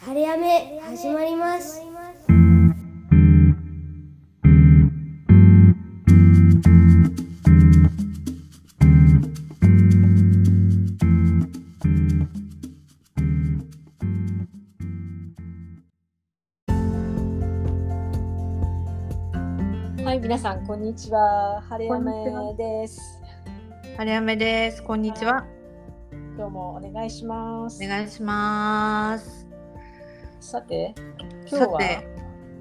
晴れやめ始まります。はい、皆さん、こんにちは。晴れやめこんにちはです。はれやめです。こんにちは。今日もお願いしますお。願いします。さて、今日さはて、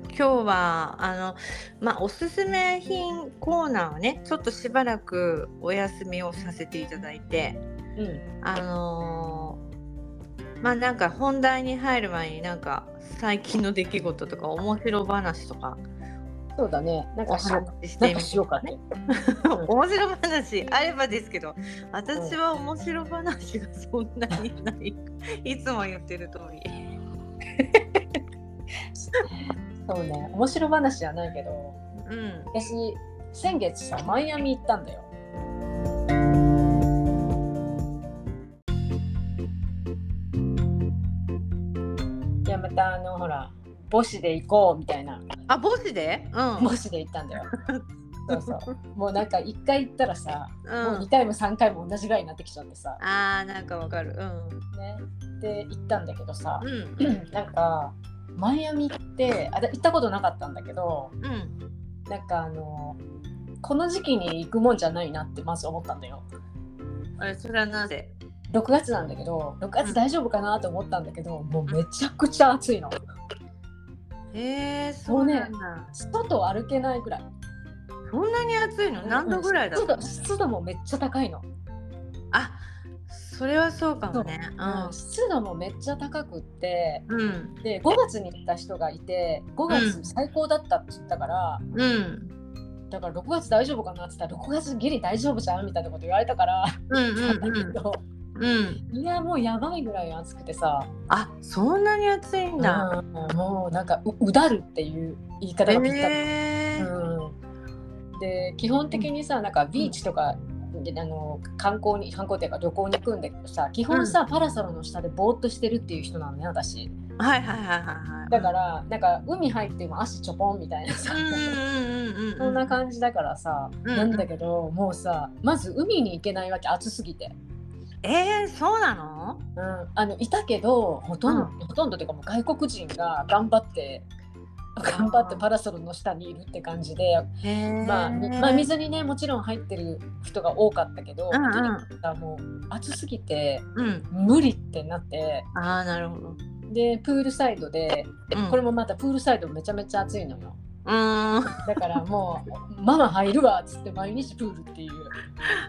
今日はあのまあおすすめ品コーナーをね、ちょっとしばらくお休みをさせていただいて、うん、あのーまあなんか本題に入る前になんか最近の出来事とか面白話とかそうだね。なんおかしよ話う、ししなてんみかましす。ようかね。 面白話あればですけど、私は面白話がそんなにない。いつも言ってる通り。そうね、面白話じゃないけど、うん。私、先月さ、マイアミ行ったんだよ。いや、またあの、ほら、母子で行こうみたいな、あ、帽子で。うん。母子で行ったん だよ。そうそう。もうなんか、一回行ったらさ、うもう2ん。回も3回も同じぐらいになってきちゃってさ、あー、なんかわかる。うん。ね、で行ったんだけどさ、うん。なんかマイアミってあだ行ったことなかったんだけどうん。なんかあのこの時期に行くもんじゃないなってまず思ったんだよあれ、それはなぜ。 6月なんだけど6う月ん大丈夫かなと思ったんだけど、もうめちゃくちゃ暑いのえー、そうなんだ。外歩けないぐらいそんなに暑いの、何度ぐらいだ湿ろう度。湿度もめっちゃ高いの、あ。それはそうかもね。うん湿度もめっちゃ高くってうん。うん。で5月に行った人がいて5う月ん最高だったって言ったから、うん。だから6月大丈夫かなって言ったら6月ギリ大丈夫じゃんみたいなこと言われたから、うん。うだけん。どうん。うん。いやもうやばいぐらい暑くてさ、あ、そんなに暑いんだ。うんもうなんかううだるっていう言い方がぴったり、えー。うんで基本的にさなんかビーチとか、であの観光に観光っていうか旅行に行くんだけどさ基本さ、パラソルの下でぼーっとしてるっていう人なのね私はいはいはいはいはい。だか。らなんか海入っても足ちょぽんみたいなさ、うんうんうんうんうん。そんな感じだからさ、うんなんだけどもうさまず海に行けないわけ暑すぎて、えー、そうなの。うん、あのいたけどほとんど、ほとんどっていうかもう外国人が頑張って頑張ってパラソルの下にいるって感じで、へえ。まあにまあ、。水にねもちろん入ってる人が多かったけど、うんうんとにかくさもう暑すぎてうん。無理ってなってああ、なるほど。でプールサイドでうんこれもまたプールサイドめちゃめちゃ暑いのようーん。だからもう ママ入るわっつって毎日プールっていう。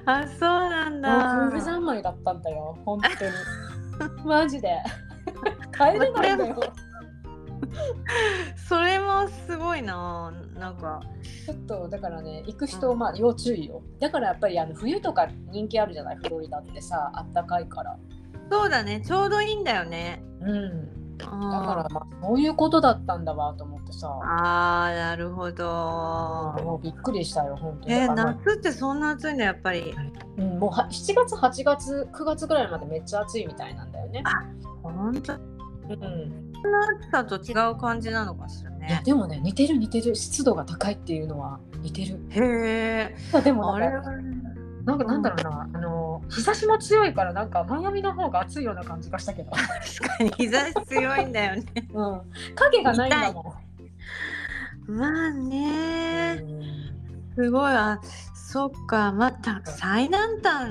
あ、そうなんもうだプー。ル三昧だったんだよ、本当に。マジ で。帰れないんだよ。それもすごいな。なんか。ちょっとだからね、行く人、まあ要注意よ。だからやっぱりあの冬とか人気あるじゃない、フロリダってさ、あったかいから。そうだね。ちょうどいいんだよね。うん。だだからまあそういうことだったんだわと思ってさ、ああ、なるほど。もうびっくりしたよ、本当に。えだー、から夏ってそんな暑いんだやっぱり。うん、もうは7月、8月、9月ぐらいまでめっちゃ暑いみたいなんだよね。本当暑うん、さと違う感じなのかしらいやね。でもね、似てる似てる、湿度が高いっていうのは似てる。へえ。でもあなれんかはねなんかなんだろうな、あの日差しも強いからなんかマイアミの方が暑いような感じがしたけど、確かに日差し強いんだよね。うん、影がないんだもまあん。ね。うんすごいあそっかまた最南端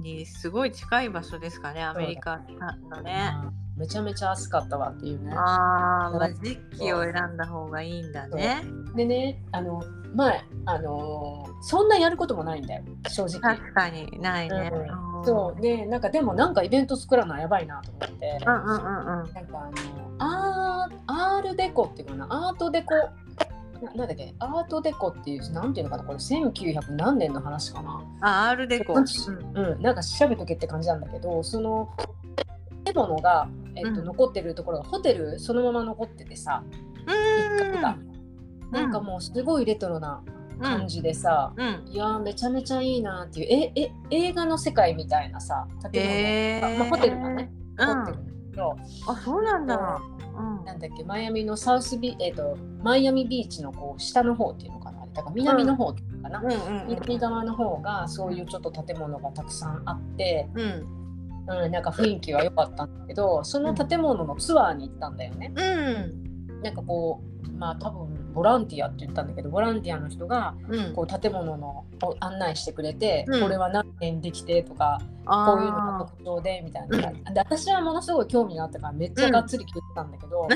にすごい近い場所ですかねアメリカのね。めちゃめちゃ暑かったわっていうね。ああ、まあ、時期を選んだ方がいいんだね。でね、あの前あのそんなやることもないんだよ、正直。確かにないね。うんそうでなんかでもなんかイベント作らなやばいなと思って。うんうんうんうん。なんかあのアーアールデコっていうかなアートデコななんだっけアートデコっていうなんていうのかなこれ1900何年の話かなあ、アールデコ。うんうんうん、なんか調べとけって感じなんだけどその建物が、えっとうん残ってるところがホテルそのまま残っててさ一角が、なんかもうすごいレトロなうん感じでさ、うん。いやーめちゃめちゃいいなっていうええ映画の世界みたいなさ建物が、えーまあ、ホテルがねうん。残ってあ、るんだけど、そうなんだ。うんなんだっけマイアミのサウスビえっ、とマイアミビーチのこう下の方っていうのかなあれだから南の方っていうのかな、うんうん南側の方がそういうちょっと建物がたくさんあって、うんうん、なんか雰囲気は良かったんだけどその建物のツアーに行ったんだよね。うんなんかこうまあ多分ボランティアって言ったんだけどボランティアの人がうんこう建物のを案内してくれて、うんこれは何年できてとかこういうのがあ特徴でみたいな、で私はものすごい興味があったからめっちゃがっつり聞いてたんだけど、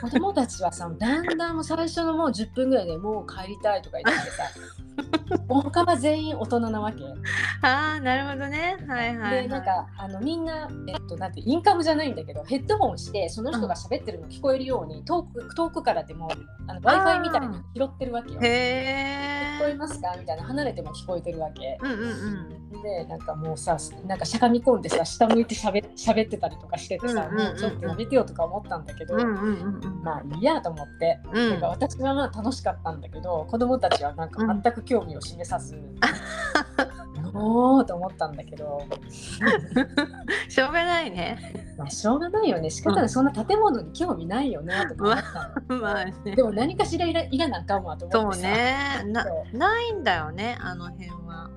子供たちはさだんだんもう最初のもう10分ぐらいでもう帰りたいとか言っててさ他は全員大人なわけ、ーあーなるほどねはいはい、はい、でなんかあのみんな、えっと、なんてインカムじゃないんだけどヘッドホンしてその人が喋ってるの聞こえるように遠く遠くからでも w i f あ i ーみたいに拾ってるわけよ。へ聞えこえますかみたいな離れても聞こえてるわけ。うんうんうんでなんかもうさなんかしゃがみ込んでさ下向いてしゃべしゃべってたりとかしててさ、うんうんうんうんもうちょっとやめてよとか思ったんだけど、うんうんうんうんまあいいやと思って、うんなんか私はまあ楽しかったんだけど子供たちはなんか全く興味を示さず、 おーと思ったんだけど、しょうがないね まあ、しょうがないよね仕方なういそんな建物に興味ないよねとか思ったのまあねでも何かしらいらいらなあかんわと思そってうさ。ねなそうないんだよねあの辺は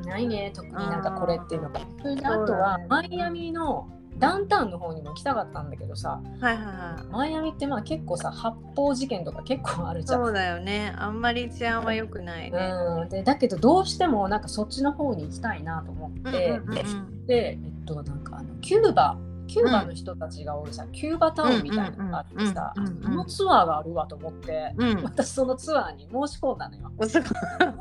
うんないね特になんかこれっていうのがそれであそうとだはねマイアミのダウンタウンの方にも行きたかったんだけどさはいはいはいマイアミってまあ結構さ発砲事件とか結構あるじゃん。そうだよねあんまり治安は良くないね、うん、でだけどどうしてもなんかそっちの方に行きたいなと思って、うんうんうんうんでえっとなんかあのキューバキューバの人たちが多いさ、キューバタウンみたいなのがあってさ、うんうんうんうんこのツアーがあるわと思って、うん私そのツアーに申し込んだのよ。おすごい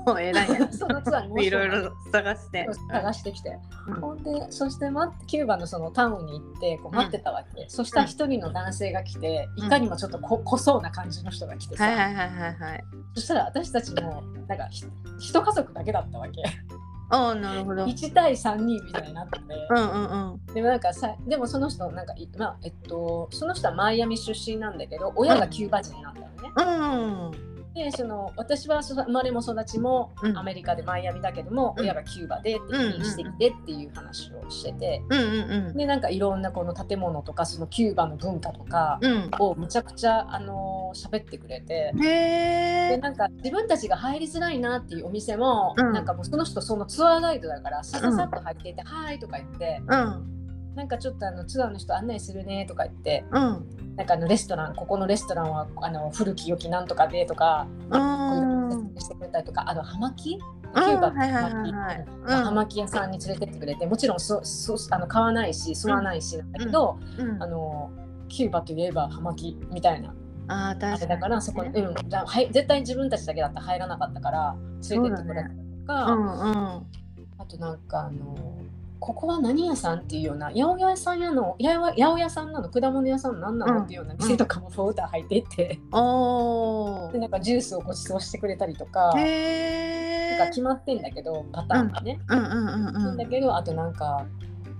もう偉い やそのツアーに申し込んだいろいろ探して探してきて、うんほんでそして待ってキューバのそのタウンに行ってこう待ってたわけ、そしたら一人の男性が来て、うんいかにもちょっとこ濃そうな感じの人が来てさ、はいはいはいはいはいそしたら私たちもなんかひ一家族だけだったわけああなるほどうん1対3人みたいになってうんうんでもなんかさでもその人なんかいまあえっとその人はマイアミ出身なんだけど親がキューバ人なんだよね、うんでその私はそ生まれも育ちもうんアメリカでマイアミだけども、うん親がキューバでってうん移民してきてっていう話をしてて、うんうんでなんかいろんなこの建物とかそのキューバの文化とかうんをむちゃくちゃあのー喋ってくれてうんへでえなんか自分たちが入りづらいなっていうお店も、うんなんかもうその人そのツアーガイドだからさささっと入っていって「はーい」とか言ってうんなんかちょっとあのツアーの人案内するねとか言ってうんなんかあのレストランここのレストランはあの古き良きなんとかでとかうこういうんの説明してくれたりとかあの葉巻キューバのはいはい葉はいはい巻うん葉巻屋さんに連れてってくれてもちろんそそあの買わないし吸わないしなんだけど、うんあのキューバといえば葉巻みたいなあああ確れかだにからそこに、うん、じゃあはい絶対自分たちだけだったら入らなかったから連れてってくれたりとか、うんうんあとなんかあのここは何屋さんっていうような八百屋さんやの八百八百屋さんなの果物屋さんなんなうんのっていうような店とかもフォーター入ってって、おでーなんかジュースをご馳走してくれたりとか,、へなんえか決まってんだけどパターンがね、うんうんうんなうんんだけどあとなんか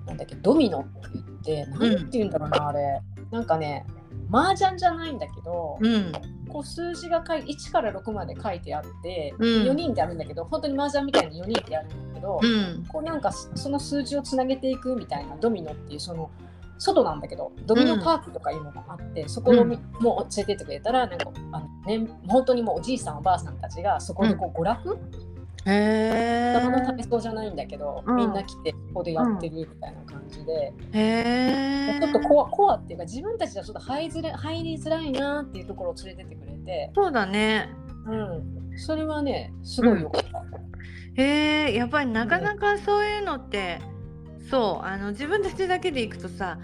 なんだっけドミノって言って何て言うんだろうな、あれなんかね麻雀じゃないんだけど、うんこう数字が書い1から6まで書いてあって、うん4人であるんだけど本当に麻雀みたいに4人でやるんだけど、うんこうなんかその数字をつなげていくみたいなドミノっていうその外なんだけどドミノパークとかいうのがあって、そこをみもう連れてってくれたらなんかあの、ね、本当にもうおじいさんおばあさんたちがそこでこう娯楽、へえ頭の体操じゃないんだけど、うんみんな来てここでやってるみたいな感じで、へえちょっとコアコアっていうか自分たちはちょっと入りづらい入りづらいなっていうところを連れてってくれて。そうだねうん、それはね、すごい良かった。へえやっぱりなかなかそういうのって、そうあの自分たちだけで行くとさ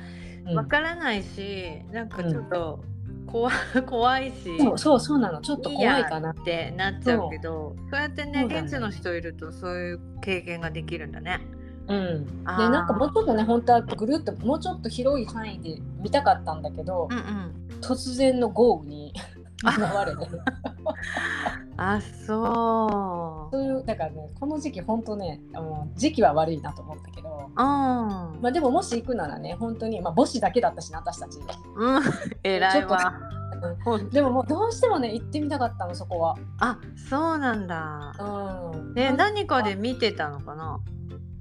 うんわからないし、なんかちょっと怖,、 怖いしそうそうそうなの、ちょっと怖いかな。ってなっちゃうけどそうやってねそうだね現地の人いるとそういう経験ができるんだね。うん、であーなんかもうちょっとね、本当はぐるっともうちょっと広い範囲で見たかったんだけど、うんうん、突然の豪雨に あ見舞われて、あそう。そういうだからね、この時期本当ね、あの時期は悪いなと思ったけど。うんまあでももし行くならね本当にまあ母子だけだったしな私たちうん、偉いわ。うんでももうどうしてもね行ってみたかったのそこはあ、そうなんだ。うんね、な何かで見てたのかな。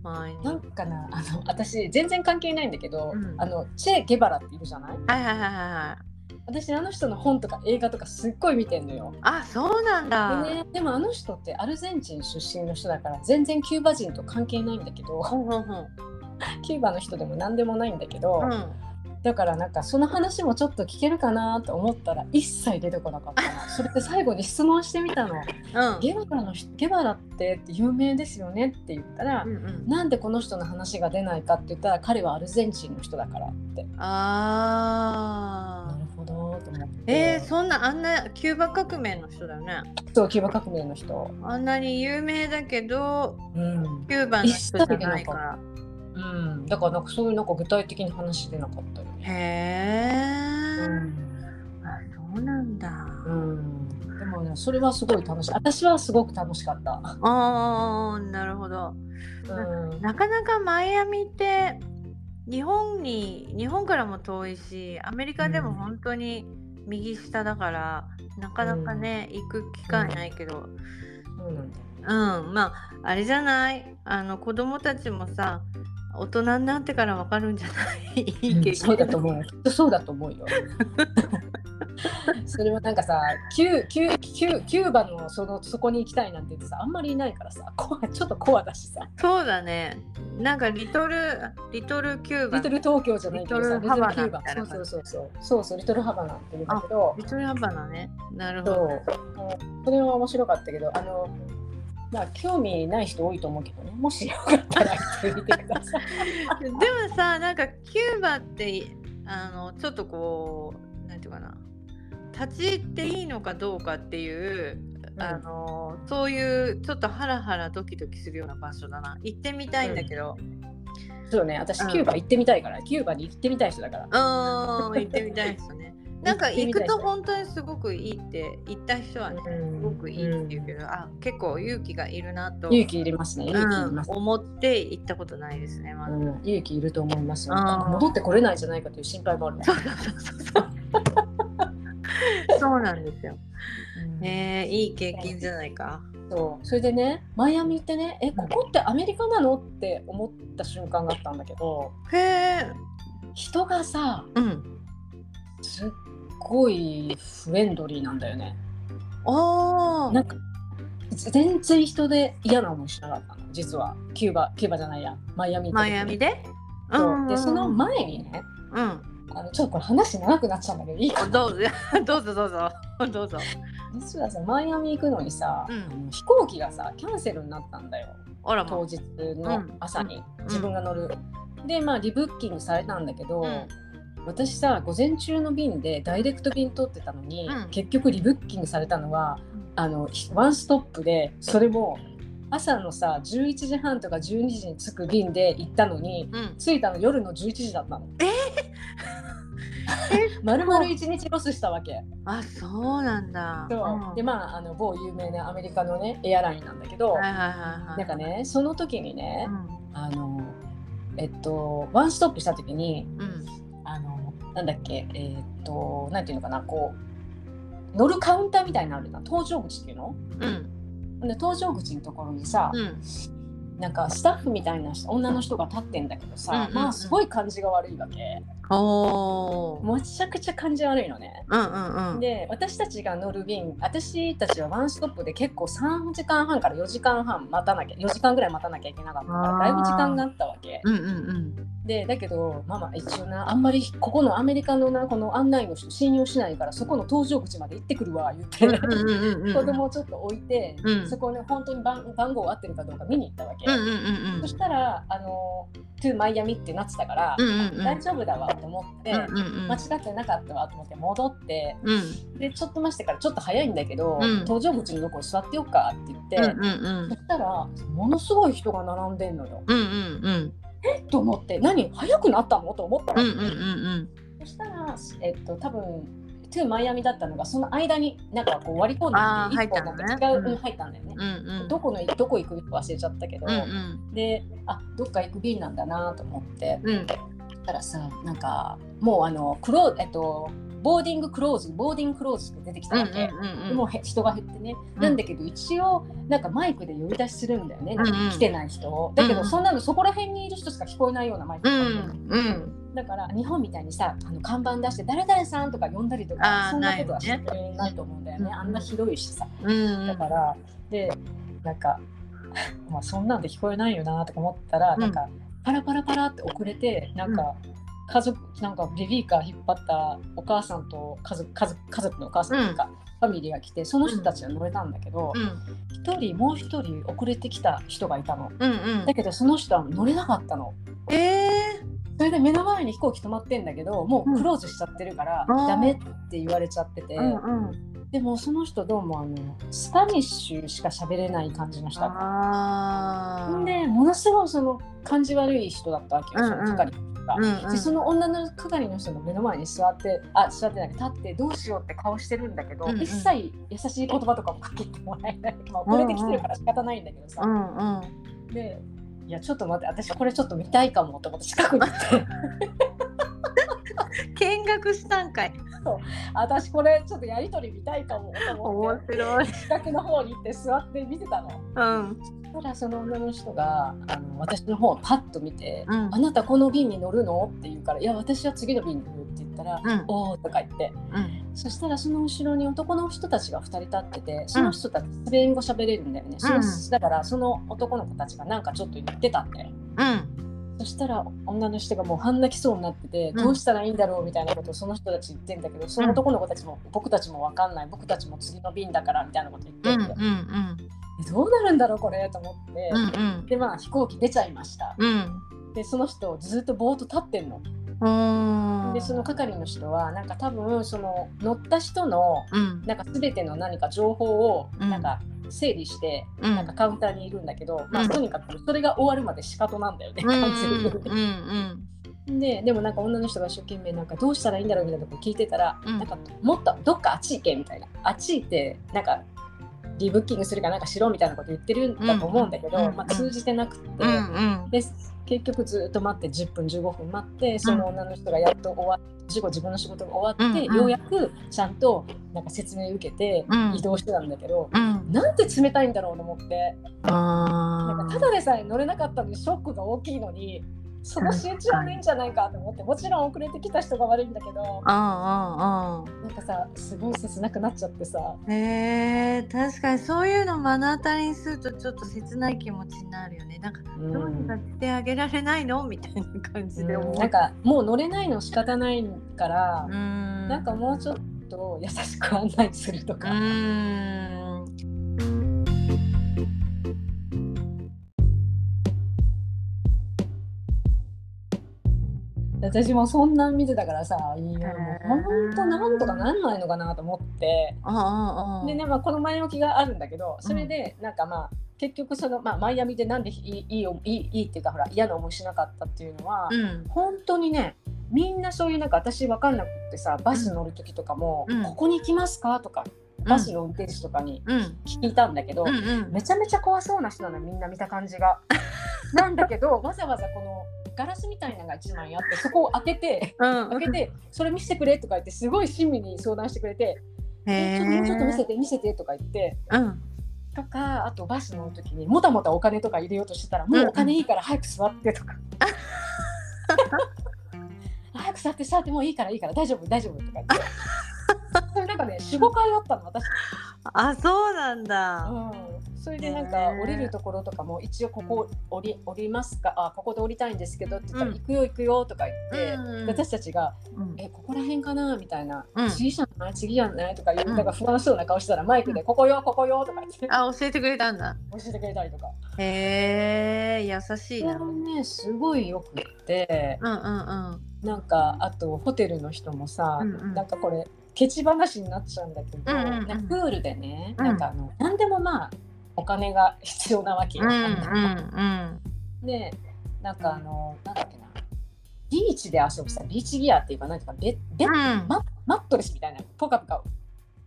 前に。なはいんかなあの私全然関係ないんだけど、うんあのチェ・ゲバラっているじゃないはいはいはいはい。私あの人の本とか映画とかすっごい見てんのよ。あ、そうなんだ。でね、でもあの人ってアルゼンチン出身の人だから全然キューバ人と関係ないんだけど ほんほんほん。キューバの人でも何でもないんだけど、うん。だからなんかその話もちょっと聞けるかなと思ったら一切出てこなかった のそれで最後に質問してみたの「ゲバラの人ゲバラって有名ですよね」って言ったらう「ん。うんなんでこの人の話が出ないか」って言ったら「彼はアルゼンチンの人だから」ってうん。あなるあ。ほどと思ってえー、そんなあんなキューバ革命の人だね。そうキューバ革命の人あんなに有名だけどうん、キューバの人じゃないから。うん、だからなんかそういうなんか具体的に話出なかったよねへえ、うんあそうなんだ。うん、でもねそれはすごい楽しい私はすごく楽しかった、ああなるほど。うん、なかなかマイアミって日本に日本からも遠いしアメリカでも本当に右下だから、なかなかね、行く機会ないけど、そうなんだようん、まああれじゃないあの子供たちもさ大人になってからわかるんじゃない いい経験、そうだと思うよきっとそうだと思うよそれはなんかさキューキューキューキューバのそのそこに行きたいなんて言ってさあんまりいないからさコアちょっとコアだしさそうだねなんかリトルリトルキューバリトル東京じゃないけどさリトルハバナリトルキューバみたいなそ感うじそうそうそうそうそうリトルハバナって言うんだけどリトルハバナねなるほそどうそれは面白かったけどあのまあ興味ない人多いと思うけどねもしよかったら行ってみてくださいでもさなんかキューバってあのちょっとこうなんていうかな立ち入っていいのかどうかっていう、ん あのそういうちょっとハラハラドキドキするような場所だな行ってみたいんだけどうんそうね私キューバ行ってみたいからキューバに行ってみたい人だから行ってみたいです ねなんか行行くってみたいとね本当にすごくいいって行った人はねうんすごくいいって言うけど、あ結構勇気がいるなと、勇気いりますね勇気いりうんます思って行ったことないですねまだ。うん、勇気いると思いますよあーあの戻ってこれないんじゃないかという心配もあるね。そうなんですよ。ねねえいい経験じゃないか。そうそれでねマイアミ行ってねえここってアメリカなのって思った瞬間があったんだけど へえ。人がさうん。すっごいフレンドリーなんだよね。あなんか全然人で嫌な思いしなかったの実はキューバキューバじゃないやマイアミ行っマた時イアミで。そうでそのま。前にねうん。あのちょっとこれ話長くなっちゃうんだけどいいかなどうぞ どうぞどうぞ どうぞ。実はさマイアミ行くのにさ、うんあの飛行機がさキャンセルになったんだよあら当もう。日の朝にん自分が乗る。でまあリブッキングされたんだけど、うん私さ午前中の便でダイレクト便取ってたのに、うん結局リブッキングされたのはあのひワンストップでそれも朝のさ11時半とか12時に着く便で行ったのにうん。着いたの夜の11時だったの。 えまるまる1日ロスしたわけ。あそうなんだ。そうでんまああの某有名なアメリカのねエアラインなんだけど、はいはいはいはい。なんか。ねその時にねう、あのえっとワンストップした時にん。うん。あのなんだっけえっとなんていうのかなこう乗るカウンターみたいなのあるな搭乗口っていうのうん。で搭乗口のところにさ、うん。なんかスタッフみたいな人女の人が立ってんだけどさ、うんうんうんまあすごい感じが悪いわけおーむちゃくちゃ感じ悪いのね。うんうんうん。で私たちが乗る便私たちはワンストップで結構3時間半から4時間半待たなきゃ4時間ぐらい待たなきゃいけなかったからあーだいぶ時間があったわけうんうんでだけどママ一応なあんまりここのアメリカのなこの案内の人信用しないからそこの搭乗口まで行ってくるわ言って、うん。うんうんうんうん。子供をちょっと置いて、うんそこね本当に番番号合ってるかどうか見に行ったわけ、うんうんうんうんそしたらあの「to マイアミ」ってなってたから、うんうんうん大丈夫だわと思って、うんうん間違ってなかったわと思って戻ってうんでちょっと待してからちょっと早いんだけど、うん搭乗口のとこ座ってよっかって言って、うんうんそしたらものすごい人が並んでんのよ。うんうんうんえっと思って何早くなったのと思ったうの、んうんうんそしたら、えっと、多分トゥマイアミだったのがその間になんかこう割り込んであー一本なんか違う、入ったのねううんん入ったんだよね。うんうんどこのどこ行くか忘れちゃったけど、うんうんであどっか行く便なんだなと思ってうんそしたらさなんかもうあのクローえっとボーディングクローズボーディングクローズって出てきたわけ、うんうんもうへ人が減ってね、うんなんだけど一応なんかマイクで呼び出しするんだよね、なんかうんうん来てない人をだけうんうどんそんなのそこら辺にいる人しか聞こえないようなマイクうだったんの、うんだから日本みたいにさあの看板出して誰々さんとか呼んだりとかあーそんなことはなしいよてねくれないと思うんだよね、うんあんな広いしさうんだから、でなんか まあそんなんで聞こえないよなとか思ったら、うんなんかパラパラパラって遅れてなんか、家族なんかベビーカー引っ張ったお母さんと家族家族家族のお母さんというか、ファミリーが来てその人たちは乗れたんだけどうん一、人もう一人遅れてきた人がいたのうんだけどその人は乗れなかったのうんえそれで目の前に飛行機止まってんだけどもうクローズしちゃってるから、うんダメって言われちゃってて、ーうんうんでもその人どうもあのスパニッシュしか喋れない感じの人だったあーでものすごいその感じ悪い人だったわけよ、うんうんその係の人が。うんうんでその女の係の人の目の前に座ってあ座ってない立ってどうしようって顔してるんだけど、うんうん一切優しい言葉とかもかけてもらえない、まあ、これで来てるから仕方ないんだけどさ、うんうんでいやちょっと待って私これちょっと見たいかもと思って近くに行って見学したんかい私これちょっとやり取り見たいかもと思っ面て白い近くの方に行って座って見てたの。うんそしたらその女の人があの私の方をパッと見て「うんあなたこの便に乗るの?」って言うから「いや私は次の便に乗る」って言ったらうん「おお」とか言ってうんそしたらその後ろに男の人たちが2人立っててその人たちスペイン語喋れるんだよね、そのうんだからその男の子たちがなんかちょっと言ってたんだよ。うんそしたら女の人がもう半泣きそうになってて、んどうしたらいいんだろうみたいなことをその人たち言ってんだけどその男の子たちも、僕たちも分かんない僕たちも次の便だからみたいなこと言ってうんんで、うんえどうなるんだろうこれと思って、うんうんでまあ飛行機出ちゃいましたうんでその人ずっとぼーっと立ってんのうんでその係の人はなんか多分その乗った人のうんなんか全ての何か情報をうんなんか整理して、うんなんかカウンターにいるんだけど、まうあ、んとにかくそれが終わるまで仕方なんだよね、完全にうんうんででもなんか女の人が一生懸命なんかどうしたらいいんだろうみたいなこと聞いてたら、うんなんかもっとどっかあっち行けみたいなあっち行ってなんかリブッキングするかなんかしろみたいなこと言ってるんだと思うんだけど、うんまあ、通じてなくて、うんうんで結局ずっと待って10分15分待ってその女の人がやっと終わって事故自分の仕事が終わって、うんうんようやくちゃんとなんか説明受けてうん移動してたんだけど、うんなんて冷たいんだろうと思ってなあんかーただでさえ乗れなかったのにショックが大きいのにその集中はいいんじゃないかと思ってもちろん遅れてきた人が悪いんだけどあーあーあなんかさすごい切なくなっちゃってさーへえ確かにそういうの目の当たりにするとちょっと切ない気持ちになるよねなんかどうにかしてあげられないのみたいな感じで思うなんかもう乗れないの仕方ないからう、んなんかもうちょっと優しく案内するとうか。ーん私もそんなん見てたからさいいよもへーうほんとなんとかなんないのかなと思ってああああでね、まあ、この前置きがあるんだけどそれでなんかまあ結局その、まあ、マイアミでなんでいいいいおいいいいっていうかほら嫌な思いしなかったっていうのは、うん本当にねみんなそういうなんか私分かんなくってさバス乗る時とかも「うんここに行きますか?」とかバスの運転手とかにうん聞いたんだけど、うんうんめちゃめちゃ怖そうな人なのみんな見た感じ が。なんだけどわざわざこのガラスみたいなのが1枚あってそこを開けて。うん開けて「それ見せてくれ」とか言ってすごい親身に相談してくれて「えへちょっともうちょっと見せえて見せて」とか言ってうんとかあとバス乗る時にもたもたお金とか入れようとしてたら「もうお金いいから早く座って」とか。 早く座って座ってもういいからいいから大丈夫大丈夫とか言ってそれなんかね45回だったの私、あそうなんだうん、それでなんかへー降りるところとかも一応ここ降り降りますかあここで降りたいんですけどって言ったら、うん行くよ行くよとか言って、うんで私たちがうんえここら辺かなみたいな、うん次じゃない次じゃないとか言ううんなんか不安そうな顔してたらマイクで「ここよここよ」とか言ってあ教えてくれたんだ教えてくれたりとかへえ優しいそれなはうんねすごいよくってうんなんかあとホテルの人もさ、うんうんなんかこれケチ話になっちゃうんだけど、うんうんうんなんかプールでね、うんなんかあの何でもまあお金が必要なわけうよ。んうんでなんかあのなんだっけなビーチで遊ぶさビーチギアっていうかなんていうかベベッうんママットレスみたいなポカポカ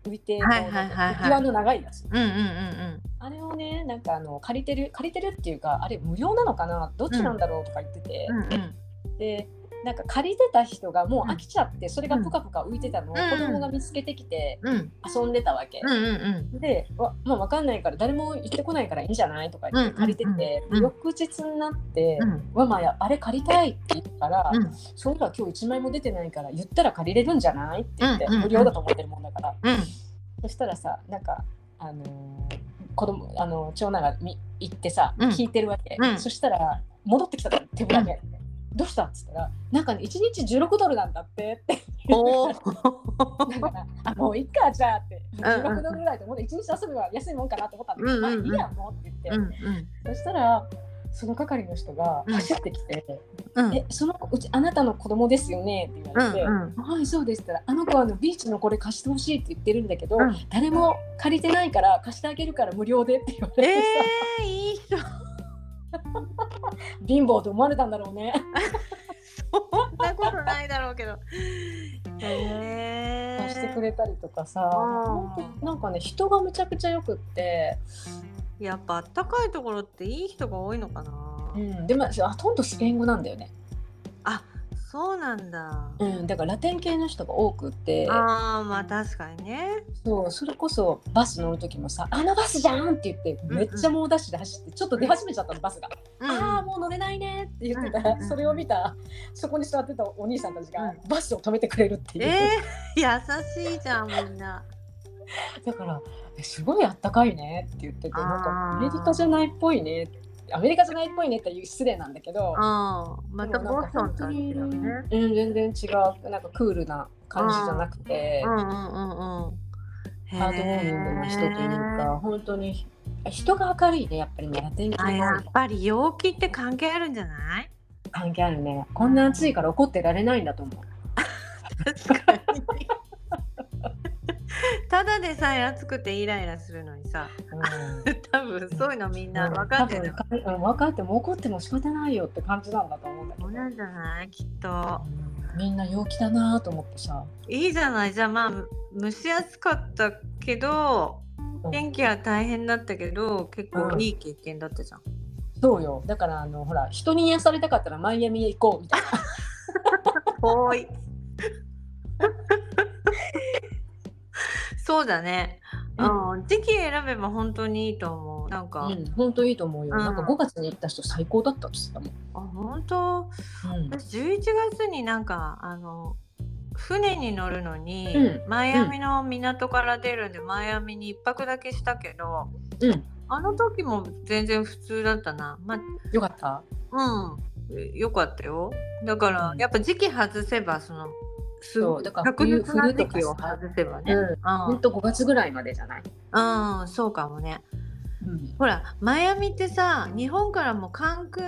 浮いてこうはいはいはいはい浮き輪の長いやつうんうんうんあれをねなんかあの借りてる借りてるっていうかあれ無料なのかなどっちなんだろうとか言っててう、んうんでなんか借りてた人がもう飽きちゃってそれがぷかぷか浮いてたのをうん子供が見つけてきてうん遊んでたわけ。うんうんで、わまあ、わかんないから誰も行ってこないからいいんじゃないとか言ってうん借りてて、うん翌日になってう、んママやあれ借りたいって言うから、うんそういえば今日1枚も出てないから言ったら借りれるんじゃないって言って、うんうんうん無料だと思ってるもんだから、うんそしたらさなんかあのー子供あのー長男がみ行ってさ、うん聞いてるわけ、うんそしたら戻ってきたの手ぶらで、どうしたっつったらなんかね1日16ドルなんだ ってっておおだからあもういいかじゃあってんうん16ドルぐらいでもっと1日遊ぶのは安いもんかなと思ったんだけうど、んうんうんまあいいやもうって言って、うんうんそしたらその係の人が走ってきて、うんえその子うちあなたの子供ですよねって言うわれて、んはいそうですって言ったらあの子はあのビーチのこれ貸してほしいって言ってるんだけど、うん誰も借りてないから貸してあげるから無料でって言われてえさ、ー、いい人貧乏と思われたんだろうね、そんなことないだろうけどえ貸してくー、れたりとかさ、ん本当なんかね人がむちゃくちゃよくって、やっぱあったかいところっていい人が多いのかなうん、でもあほとんどスペイン語なんだよね、あそうなんだ、うん、だからラテン系の人が多くってあーまあ確かにねそうそれこそバス乗る時もさ「あのバスじゃん!」って言ってうんめっちゃ猛ダッシュで走ってちょっと出始めちゃったのバスが。うんああもう乗れないねって言ってたうんうらんうんそれを見たそこに座ってたお兄さんたちうがんバスを止めてくれるっていう、えー、優しいじゃんみんなだからえすごいあったかいねって言っててあーなんかアメリカじゃないっぽいねアメリカじゃないっぽいねっていう失礼なんだけどうんまたボストンとは違うねうん全然違うなんかクールな感じじゃなくてうんうんうんうんハードウォーミングな人というへーか本当に人が明るいねやっぱりねラテン系あやはっぱり陽気って関係あるんじゃない関係あるねこんな暑いから怒ってられないんだと思う確かに ただでさえ暑くてイライラするのにさうん多分そういうのみんなうん分かってる多分うん分かっても怒っても仕方ないよって感じなんだと思うんだけど、そうなんじゃないきっとみんな陽気だなぁと思ってさいいじゃないじゃあまあ蒸し暑かったけどうん天気は大変だったけど結構いい経験だったじゃん、そうよだからあのほら人に癒されたかったらマイアミへ行こうみたいな遠い そうだね、うん、時期選べば本当にいいと思うなんか、うん本当いいと思うよ、うんなんか5月に行った人最高だったって言ってあ本当たもん、うん私11月になんかあの船に乗るのに、うマイアミの港から出るんで、マイアミに1泊だけしたけどうん、あの時も全然普通だったなまよかったあうんえよかったよだから、うんやっぱ時期外せばそのすそうだから確冬実な時期冬をとかさ外せばね、ううんん本当5月ぐらいまでじゃない、うん、そうかもねうん、ほらマイアミってさ日本からもカンクン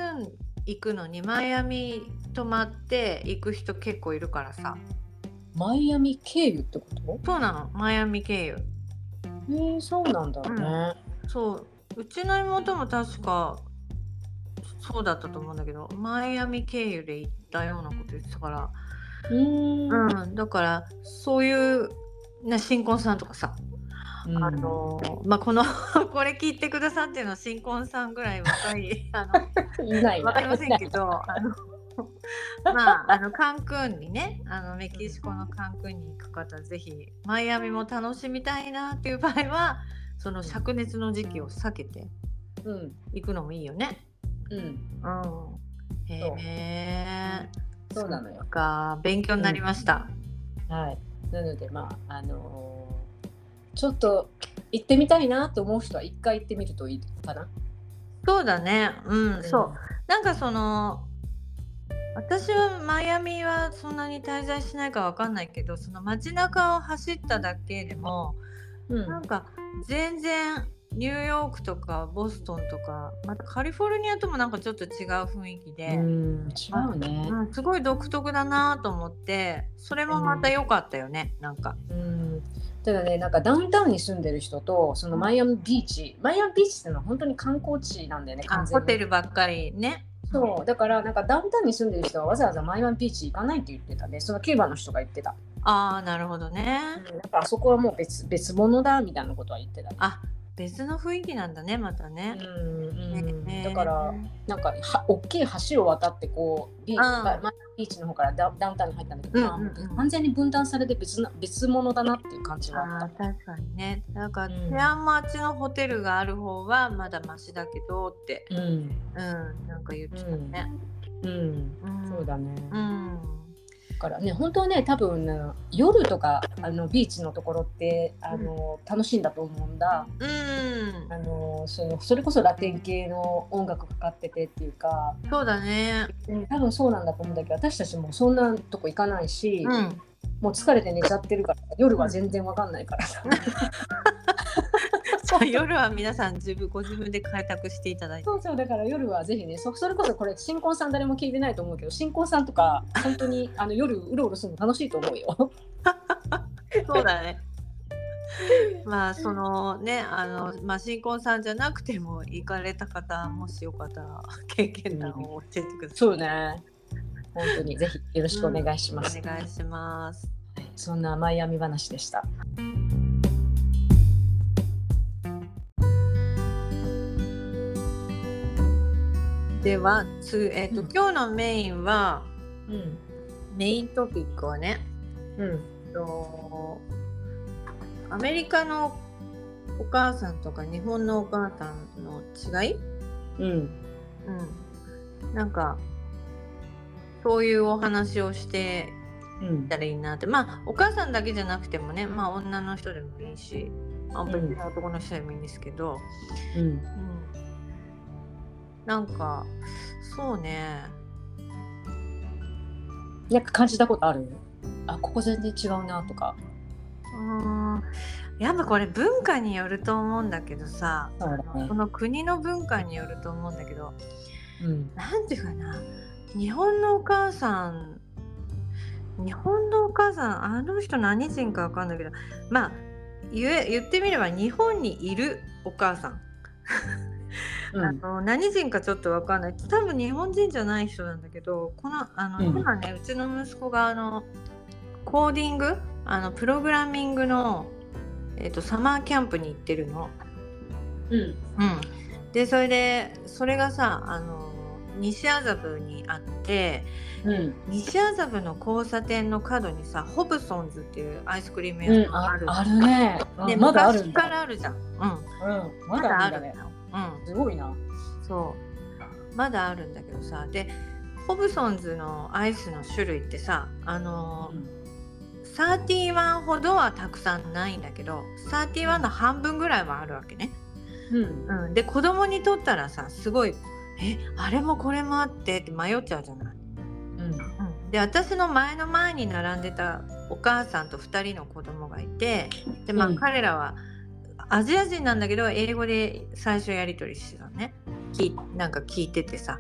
行くのにマイアミ泊まって行く人結構いるからさマイアミ経由ってことそうなのマイアミ経由へえそうなんだね、そううちの妹も確かそうだったと思うんだけどマイアミ経由で行ったようなこと言ってたからうーんうん、だからそういう、ね、新婚さんとかさ、うんあのまあ、この これ聞いてくださってるの新婚さんぐらい若いあ いないねのわかりませんけどあのまああのカンクンにねあのメキシコのカンクンに行く方ぜひマイアミも楽しみたいなっていう場合はその灼熱の時期を避けて うん行くのもいいよね。うんうん、そうへえそうなのよか勉強になりました。はい、なのでまああのーちょっと行ってみたいなと思う人は一回行ってみるといいかな。そうだね、うん、そうなんかその私はマイアミはそんなに滞在しないかわかんないけどその街中を走っただけでもうん。うんなんか全然ニューヨークとかボストンとかまたカリフォルニアともなんかちょっと違う雰囲気で、うん、違うね。うん、すごい独特だなと思ってそれもまた良かったよね、なんか。うん。ただね、なんかダウンタウンに住んでる人と、そのマイアミビーチ、マイアミビーチっていうのは本当に観光地なんだよね、あ完全ホに。テルばっかりね。そう、だからなんかダウンタウンに住んでる人はわざわざマイアミビーチ行かないって言ってたね、そのキューバの人が言ってた。ああなるほどね。うん、なんかあそこはもう別別物だみたいなことは言ってたね。あ別の雰囲気なんだねまたね。うんうんねだからなんかは大きい橋を渡ってこうビーチ,、うんまあビーチの方からダウダウンタウンに入ったんだけど、うんうんうんまあ完全に分断されて別な別物だなっていう感じはあったあ。ー確かにねなんかうん手安町のホテルがある方はまだマシだけどって、うんうん、なんか言ってたね。うん、そうだね、うだんからね本当はね多分ね夜とかあのビーチのところってあの、楽しいんだと思うんだうんあのそのそれこそラテン系の音楽かかっててっていうか、そうだね。多分そうなんだと思うんだけど私たちもそんなとこ行かないし、うん、もう疲れて寝ちゃってるから夜は全然わかんないからさ、そう 夜は皆さん自分ご自分で開拓していただいて。そうそうだから夜はぜひねそそれこそこれ新婚さん誰も聞いてないと思うけど新婚さんとか本当 にあの夜うろうろするの楽しいと思うよ。そうだね。 まあそのねあの、まあ、新婚さんじゃなくても行かれた方もしよかったら経験談を教えてください。そうね本当にぜひよろしくお願いします。お願いします。はいそんなマイアミ話でした。ではつ、えっとうん今日のメインはうんメイントピックはね、うんえっとアメリカのお母さんとか日本のお母さんの違い、うんうん、なんかそういうお話をしてうんいたらいいなってまあお母さんだけじゃなくてもね、まあ、女の人でもいいし、まあ、別に男の人でもいいんですけど、うんうんなんかそうねなんか感じたことあるあここ全然違うなとかうーんやっぱこれ文化によると思うんだけどさそうだねこの国の文化によると思うんだけどうんなんていうかな日本のお母さん日本のお母さんあの人何人かわかんないけどまあ言え言ってみれば日本にいるお母さん、うあんの何人かちょっとわかんない多分日本人じゃない人なんだけどこのあの、うん今ねうちの息子があのコーディングあのプログラミングの、えっとサマーキャンプに行ってるの。うんうん、でそれでそれがさあの西麻布にあってうん西麻布の交差点の角にさホブソンズっていうアイスクリームう屋さんんがあある、あるねであまだある昔んかだらあるじゃん、うん、うんままだだああるんるだねのよ、すごいなうん、そうまだあるんだけどさでホブソンズのアイスの種類ってさあの31ほどはたくさんないんだけど31の半分ぐらいはあるわけね。うんうん、で子供にとったらさすごい「えあれもこれもあって」って迷っちゃうじゃない。うんで私の前の前に並んでたお母さんと2人の子供がいてで、まあうん彼らはアジア人なんだけど英語で最初やり取りしてたのね聞いなんか聞いててさ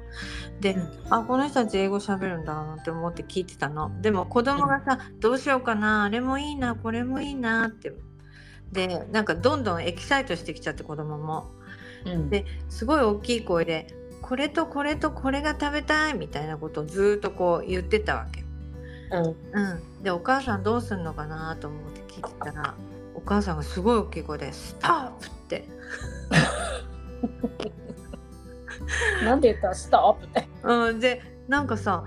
で、うんあこの人たち英語喋るんだなって思って聞いてたのでも子供がさ、どうしようかなあれもいいなこれもいいなってでなんかどんどんエキサイトしてきちゃって子供も。うんですごい大きい声で「これとこれとこれが食べたい」みたいなことをずーっとこう言ってたわけ。うんうん、でお母さんどうすんのかなと思って聞いてたらお母さんがすごい大きい声で「ストップ!」ってなんて言ったスタープってうん、でなんかさ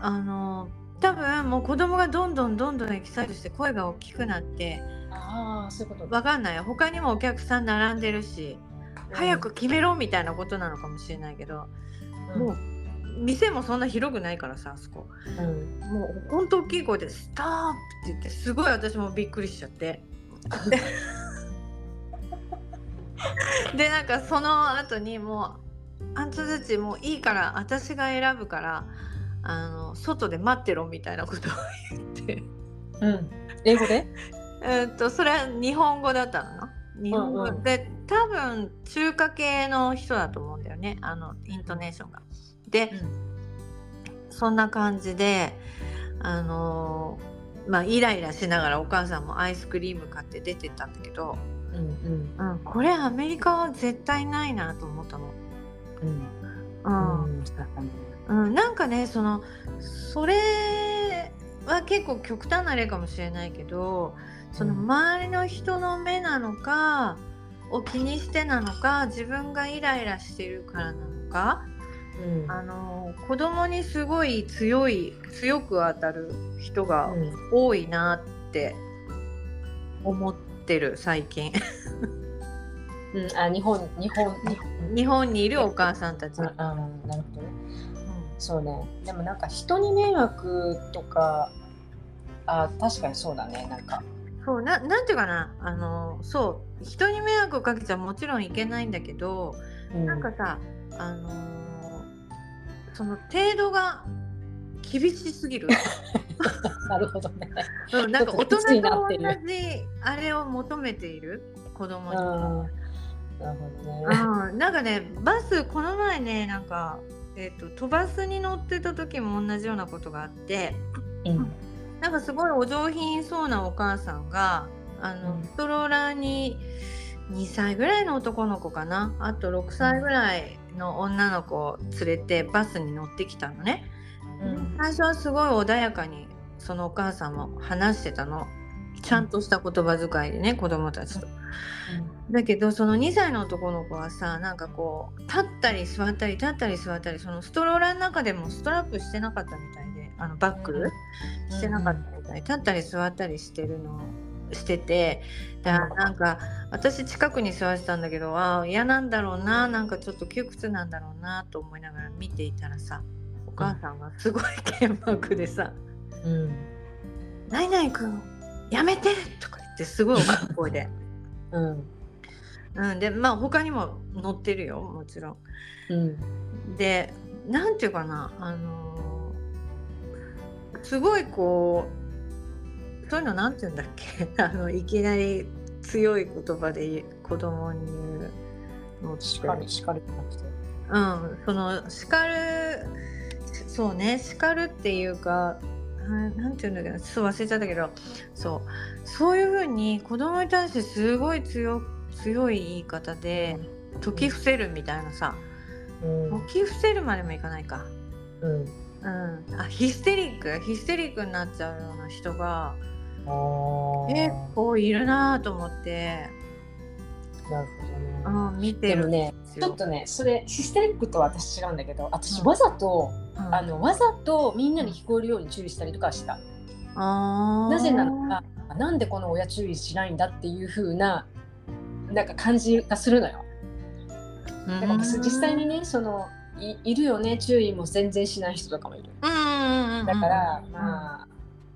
あの多分もう子供がどんどんどんどんエキサイトして声が大きくなってああそういうことわかんない他にもお客さん並んでるし早く決めろみたいなことなのかもしれないけど、もう店もそんな広くないからさあそこ。うんもう本当大きい声で「ストップ!」って言ってすごい私もびっくりしちゃ って。ででなんかその後にもう「あんたたちもういいから私が選ぶからあの外で待ってろ」みたいなことを言ってうん英語でえーっとそれは日本語だったの日本語、うんうんで多分中華系の人だと思うんだよねあのイントネーションが。で、そんな感じであのーまあイライラしながらお母さんもアイスクリーム買って出てったんだけど、うんうん、これアメリカは絶対ないなと思ったの。うんうんうんうんそうだねうん、なんかねそのそれは結構極端な例かもしれないけどそのうん周りの人の目なのか、を気にしてなのか自分がイライラしてるからなのかうんあの子供にすごい強い強く当たる人がうん多いなって思ってる最近 うん、あ日本日本日本日本にいるお母さんたち、ああなるほどねそうねでもなんか人に迷惑とかあ確かにそうだねなんかそうななんていうかなあのそう人に迷惑をかけちゃもちろんいけないんだけど、うんなんかさあのーその程度が厳し すぎる、なるほどねうん、なんかちょ大人っときついなとっ同てじいうあれを求めている子供に。あーなるほどねうんなんかねバスこの前ねなんか、えっと都バスに乗ってた時も同じようなことがあってうんなんかすごいお上品そうなお母さんがあの、うんストローラーに2歳ぐらいの男の子かなあと6歳ぐらいの女の子を連れてバスに乗ってきたのね。うん最初はすごい穏やかにそのお母さんも話してたのちゃんとした言葉遣いでね子供たちと。だけどその2歳の男の子はさなんかこう立ったり座ったり立ったり座ったりそのストローラーの中でもストラップしてなかったみたいであのバッうグんしてなかったみたい立ったり座ったりしてるのしててでうんあなんか私近くに座ってたんだけどあー嫌なんだろうななんかちょっと窮屈なんだろうなと思いながら見ていたらさお母さんがすごい剣幕でさうん「ないないくんやめて!」とか言ってすごい大きい声で。うんうん、でまあ他にも載ってるよもちろん。うんでなんていうかなあのーすごいこうそういうのなんて言うんだっけ あのいきなり強い言葉で言う子供に言うのってしかりしかりなくてうん、その叱るそうね叱るっていうかななんて言うんだけどちょっと忘れちゃったけどそうそういうふうに子供に対してすごい強強い言い方で説き伏せるみたいなさうん説き伏せるまでもいかないか、うんうん、あヒステリックヒステリックになっちゃうような人があー結構いるなと思って、なるほどねうん、見てでもるんでねすちょよっ。とねそれヒステリックとは私違うんだけど私うんわざと、うんあのわざとみんなに聞こえるように注意したりとかしたあーなぜなのかなんでこの親注意しないんだっていう風ななんか感じがするのよだから実際にねそのいいるよね注意も全然しない人とかもいるうんうんうんうんだから、まあ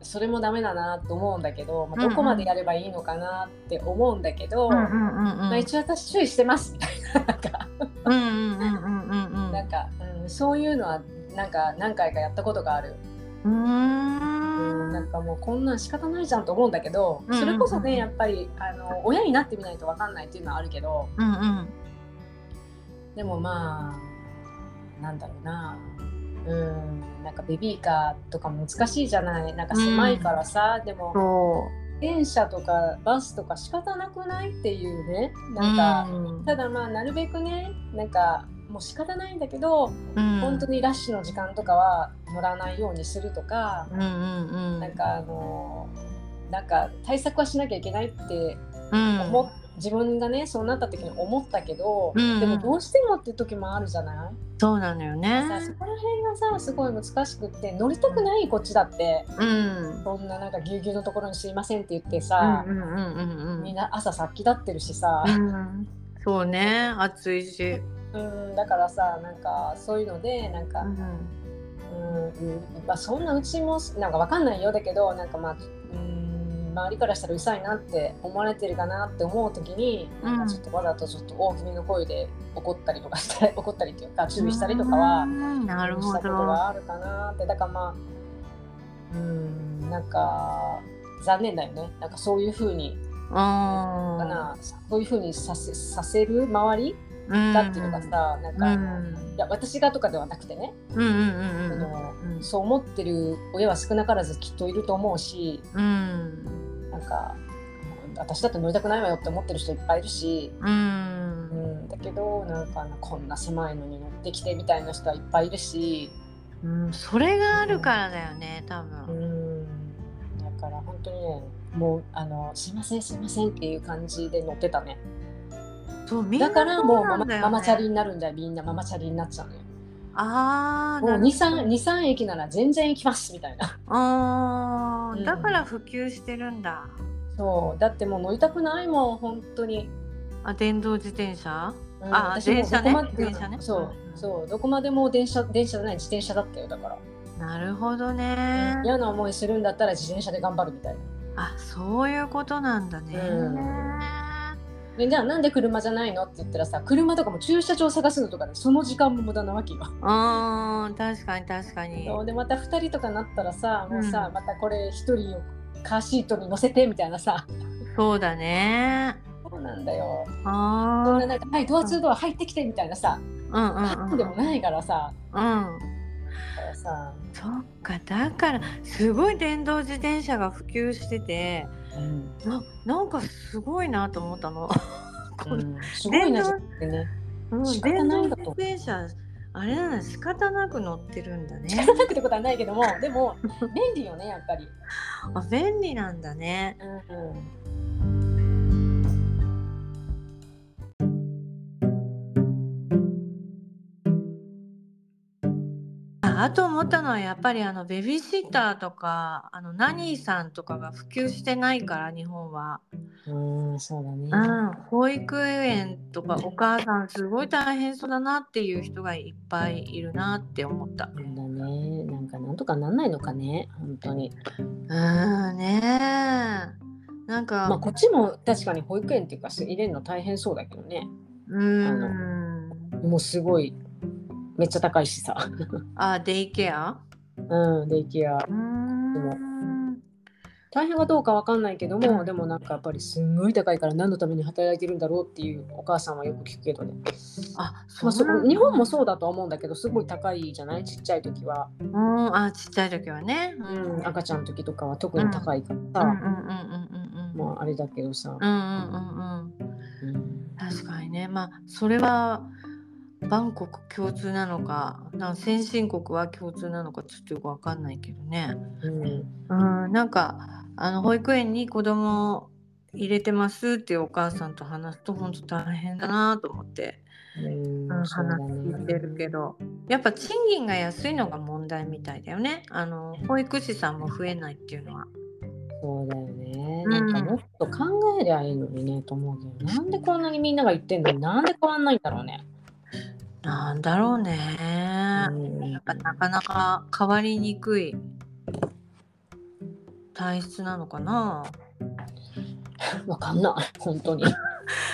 それもダメだなと思うんだけど、まあ、どこまでやればいいのかなって思うんだけど、うんうんうんうんまあ、一応私注意してますみたいななんかうんうんうんうんうんなんか、うん、そういうのはなんか何回かやったことがある、うんうん、なんかもうこんなん仕方ないじゃんと思うんだけどうんうんうんそれこそねやっぱりあの親になってみないと分かんないっていうのはあるけどうんうんでもまあなんだろうな。うん、なんかベビーカーとかも難しいじゃないなんか狭いからさ、でもそ電車とかバスとか仕方なくないっていうねうなんか、うんただまあなるべくねなんかもう仕方ないんだけど、うん本当にラッシュの時間とかは乗らないようにするとか、うんうんうんなんかあのなんか対策はしなきゃいけないってうん思っ、自分がねそうなった時に思ったけど、うんうんでもどうしてもっていう時もあるじゃない、そうなのよねさそこら辺がさすごい難しくって乗りたくないこっちだってうんそんななんかぎゅうぎゅうのところにすいませんって言ってうさん、うんうんうんみんな朝先立ってるしさ、うんそうね暑いしうん、だからさなんかそういうのでなんか、ううんんうんまあ、そんなうちもなんかわかんないようだけどなんかまあうん周りからしたらうるさいなって思われてるかなって思う時にうんなんかちょっとわざとちょっと大きめの声で怒ったりとかした り怒ったりっていうか注意したりとかうはんなるしほたことどがあるかなってだからまあうんなんか残念だよねなんかそういうふうに、かなそういうふうにさせさせる周りうんだっていうのがさ、なんうか、んいや私がとかではなくてね、うんうんうんあのうんそう思ってる親は少なからずきっといると思うしうんなんかうん私だって乗りたくないわよって思ってる人いっぱいいるし、ううんん、だけどなんかこんな狭いのに乗ってきてみたいな人はいっぱいいるし、うんそれがあるからだよね多分うん、だから本当にねもうあのすいませんすいませんっていう感じで乗ってたね。そうみんなだからもうママ,、そうなんだよねママチャリになるんだよみんなママチャリになっちゃうのよああもう23駅なら全然行きますみたいなうんあーだから普及してるんだそうだってもう乗りたくないもん本当に、あ電動自転車うんあ私も電車ねどこまで電車ねそううんそうどこまでも電車電車じゃない自転車だったよだから、なるほどね、嫌な思いするんだったら自転車で頑張るみたいなあそういうことなんだね、うんでじゃあなんで車じゃないのって言ったらさ車とかも駐車場探すのとかでその時間も無駄なわけよあー確かに確かにそうでまた2人とかなったらさもうさ、うんまたこれ1人をカーシートに乗せてみたいなさそうだねそうなんだよあそんなーなんか「はいドア2ドア入ってきて」みたいなさパッうんでもないからさうんうんうんだからさ、そっかだからすごい電動自転車が普及しててななんかすごいなと思ったの。このうんすごいな電動じゃなくてねうん仕方 電ない動んだ自と転車あれなんだ仕方なく乗ってるんだ仕 ね。方なくってことはないけどもでも便利よねやっぱり。あ便利なんだね。うんああと思ったのはやっぱりあのベビーシッターとかあのナニーさんとかが普及してないから日本は。うん、そうだねうん、保育園とかお母さんすごい大変そうだなっていう人がいっぱいいるなって思った。なんだねなんかなんとかなんないのかね本当にうんねえ。なんか、まあこっちも確かに保育園っていうか入れるの大変そうだけどねうんもうすごいめっちゃ高いしさあデイケアうんデイケアうん大変かどうかわかんないけども、うんでもなんかやっぱりすんごい高いから何のために働いてるんだろうっていうお母さんはよく聞くけどね、あそまあ、そうなんだ日本もそうだとは思うんだけどすごい高いじゃないちっちゃい時は、うんあちっちゃい時はねううん、赤ちゃんの時とかは特に高いからうんうんさ、うんうんうんうんまああれだけどさ、うんうんううんん確かにねまあそれはバンコク共通なのかなん先進国は共通なのかちょっとよくわかんないけどねうんうんなんかあの保育園に子供を入れてますっていうお母さんと話すと本当大変だなと思ってうんうんそうだ話聞いてるねけどやっぱ賃金が安いのが問題みたいだよねあの保育士さんも増えないっていうのはそうだよね、うんなんかもっと考えりゃいいのにねと思うけどなんでこんなにみんなが言ってんのになんで変わんないんだろうね、なんだろうね、うんやっぱなかなか変わりにくい体質なのかな、わかんない本当に、ま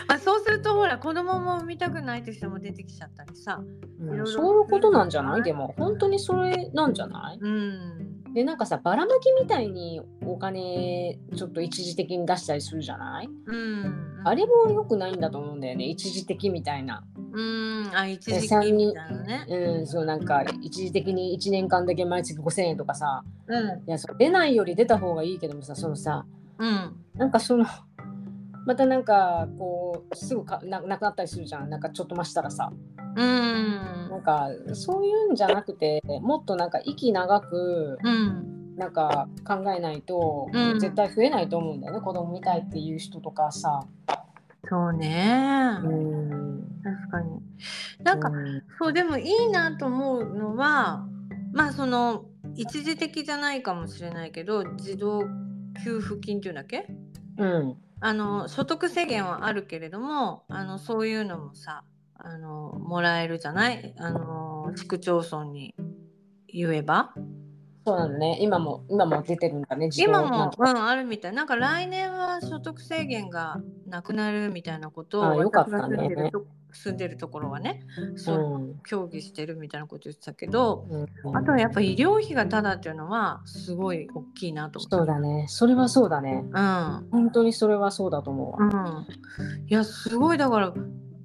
あ、そうするとほら子供も産みたくないって人も出てきちゃったりさうんそういうことなんじゃないでも本当にそれなんじゃないうんでなんかさばらまきみたいにお金ちょっと一時的に出したりするじゃないうんあれも良くないんだと思うんだよね一時的みたいなうんあ一時三期人みたいなねうんそうなんか一時的に1年間だけ毎月5,000円とかさうんいやそう出ないより出た方がいいけどもさそのさうんなんかそのまたなんかこうすぐかななくなったりするじゃんなんかちょっと増したらさうんなんかそういうんじゃなくてもっとなんか息長くうんなんか考えないと、うん絶対増えないと思うんだよね子供みたいっていう人とかさ。そうねうん確かになんかうんそうでもいいなと思うのはまあその一時的じゃないかもしれないけど児童給付金っていうんだっけうんあの所得制限はあるけれどもあのそういうのもさあのもらえるじゃないあの市区町村に言えばそうなのね今も今も出てるんだね自動今なんも、とうん、あるみたいなんか来年は所得制限がなくなるみたいなことあをよかったね私が住んでると住んでるところはねそう、うん協議してるみたいなこと言ってたけど、うんあとはやっぱ医療費がタダっていうのはすごい大きいなとそう思っだねそれはそうだねた。本当にそれはそうだと思うわう、ん、うん、いやすごいだから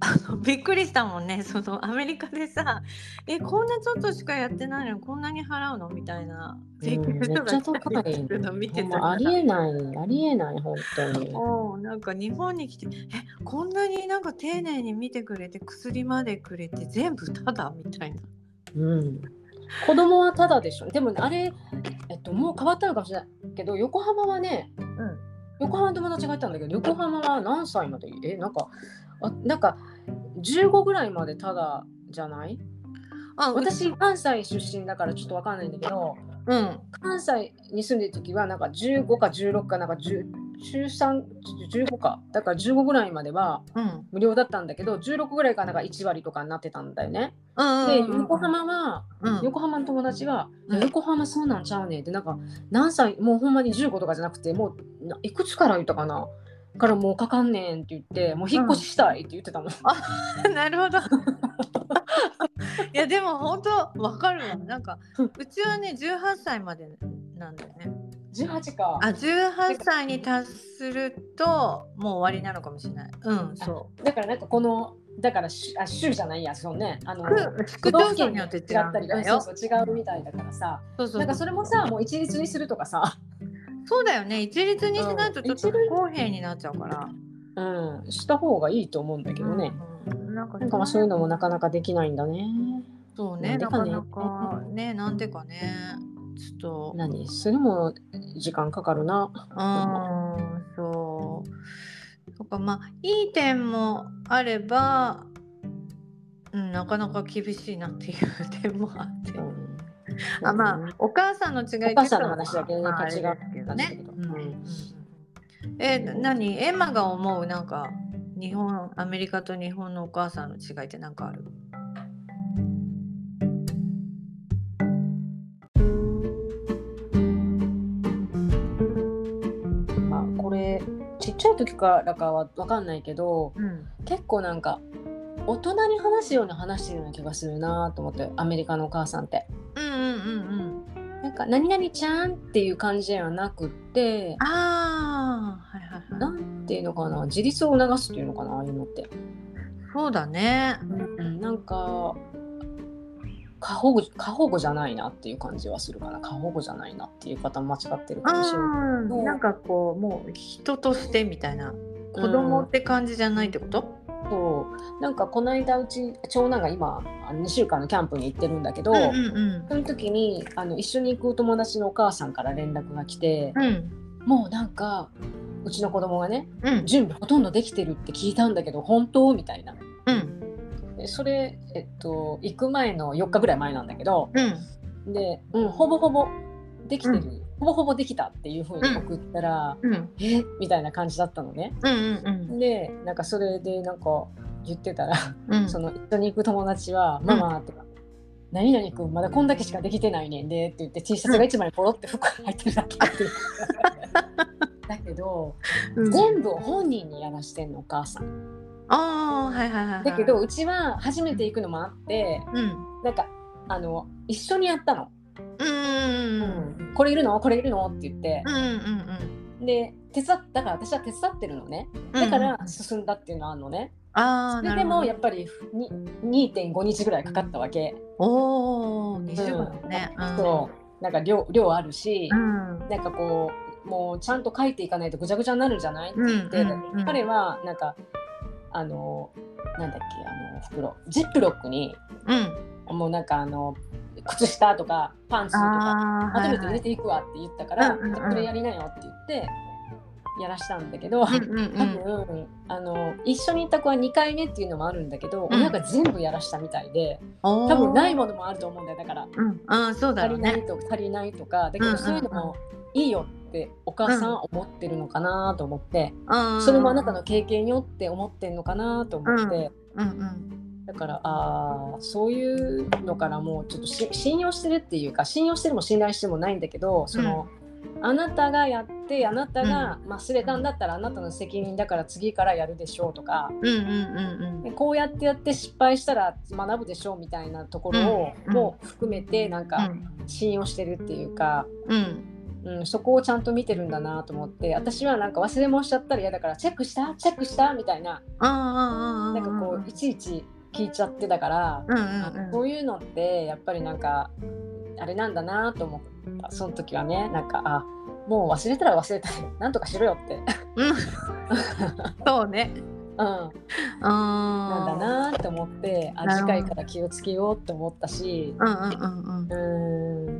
あのびっくりしたもんねそのアメリカでさえこんなちょっとしかやってないのにこんなに払うのみたいなうんめっちゃ高いっての見てほんたまあかりら。えないありえない本当におうなんか日本に来てえこんなになんか丁寧に見てくれて薬までくれて全部タダみたいなうん子供はただでしょでもねあれ、えっと、もう変わったのかもしれないけど横浜はね、ん横浜の友達がいたんだけど横浜は何歳までえなんかあなんか15ぐらいまでただじゃないあ私関西出身だからちょっとわかんないんだけどうん関西に住んでる時はなんか15か16かなんか1315かだから15ぐらいまではうん無料だったんだけど16ぐらいからなんか1割とかになってたんだよね。うんで横浜はうん横浜の友達が「うん横浜そうなんちゃうねん」ってなんか何歳もうほんまに15とかじゃなくてもうないくつから言ったかなからもうかかんねんって言ってもう引っ越ししたいって言ってたもん。 なるほど。いやでも本当わかるわ。なんかうちはね18歳までなんだよね。 18かあ18歳に達するともう終わりなのかもしれない。うんそだからなんかこのだからしあ州じゃないやそのねあのう。区区都町道府県村にによよっってて違違うんったりだうんそよう。そう違うみたいだからさそうそうなんかそれもさもう一律にするとかさ、そうだよね一律にしないとちょっと不公平になっちゃうから。うん、した方がいいと思うんだけどね、うんなんかなんかまあそういうのもなかなかできないんだねそうねななんでかかねなかねなんでかねちょっと。何それも時間かかるなあーそう。とかまあいい点もあれば、うん、なかなか厳しいなっていう点もあって。うんあまあお母さんの違いっていうお母さんの話だけねまああ立れちがですけどね。ううんんえ何エマが思うなんか日本アメリカと日本のお母さんの違いって何かあるまあこれちっちゃい時からかは分かんないけどうん結構なんか大人に話すように話してるような気がするなと思ってアメリカのお母さんってうんうんうんうん。なんか何々ちゃんっていう感じではなくってああはいはいなはい。んていうのかな自立を促すっていうのかなああいうのって、そうだね。うん、なんか過保護過保護じゃないなっていう感じはするかな過保護じゃないなっていう言い方間違ってるかもしれないあどーなんかこうもう人としてみたいな子う供んって感じじゃないってこと、そうなんかこの間うち長男が今2週間のキャンプに行ってるんだけど、うん、うんその時にあの一緒に行くお友達のお母さんから連絡が来て、うんうんもうなんかうちの子供がねうん準備ほとんどできてるって聞いたんだけど本当みたいなうんでそれ、えっと、行く前の4日ぐらい前なんだけどうんで、うん、ほぼほぼできてる、うほぼほぼできたっていうふうに送ったら、うんえみたいな感じだったのね。うんうんでなんかそれでなんか言ってたらうんその一緒に行く友達は「ママ」とか「何々くんまだこんだけしかできてないねんで」って言って T シャツが一枚ポロって服入ってるだけ っていうだけどうん全部を本人にやらしてんのお母さんああはいはいはいはいだけどうちは初めて行くのもあってうんなんかあの一緒にやったのうんうんう「んこれいるのこれいるの?」って言ってうんうんで手伝っだから私は手伝ってるのねうだんから進んだっていうのはあるのねあそあなれでるほどもやっぱりに2.5日ぐらいかかったわけおお二週間だね、うん、そうなんか量量あるしうんうんなんかこうもうちゃんと書いていかないとぐちゃぐちゃになるんじゃないってうん言って、うんうん彼はなんかあのなんだっけあの袋ジップロックにうんもうなんかあの靴下とかパンツとかああまとめて入はいはれいていくわって言ったから、うんうんうんじゃあこれやりなよって言ってやらしたんだけど、うんうんう多ん分、あの一緒にいた子は2回目っていうのもあるんだけど、うん親が全部やらしたみたいでおー多分ないものもあると思うんだよだからうんああそうだ足ろうりなねいと足りないとかだけどそういうのもいいよってお母さんは思ってるのかなと思って、それもあなたの経験よって思ってるのかなと思って、うんうんだからあーそういうのからもうちょっとし信用してるっていうか信用してるも信頼してもないんだけどその、あなたがやってあなたが、まあ、忘れたんだったらあなたの責任だから次からやるでしょうとかうんうんうんうんでこうやってやって失敗したら学ぶでしょうみたいなところうをんもう含めてなんかうん信用してるっていうか。うんうん、そこをちゃんと見てるんだなと思って私はなんか忘れ物しちゃったら嫌だからチェックしたチェックしたみたいなああああああなんかこういちいち聞いちゃってたから、うんうんあうそんういうのってやっぱりなんかあれなんだなと思ったその時はねなんかあもう忘れたら忘れたでなんとかしろよ って、そうねうん、なんうんなだなと思ってあ次なるほど回から気をつけようと思ったしうんうんうんうんう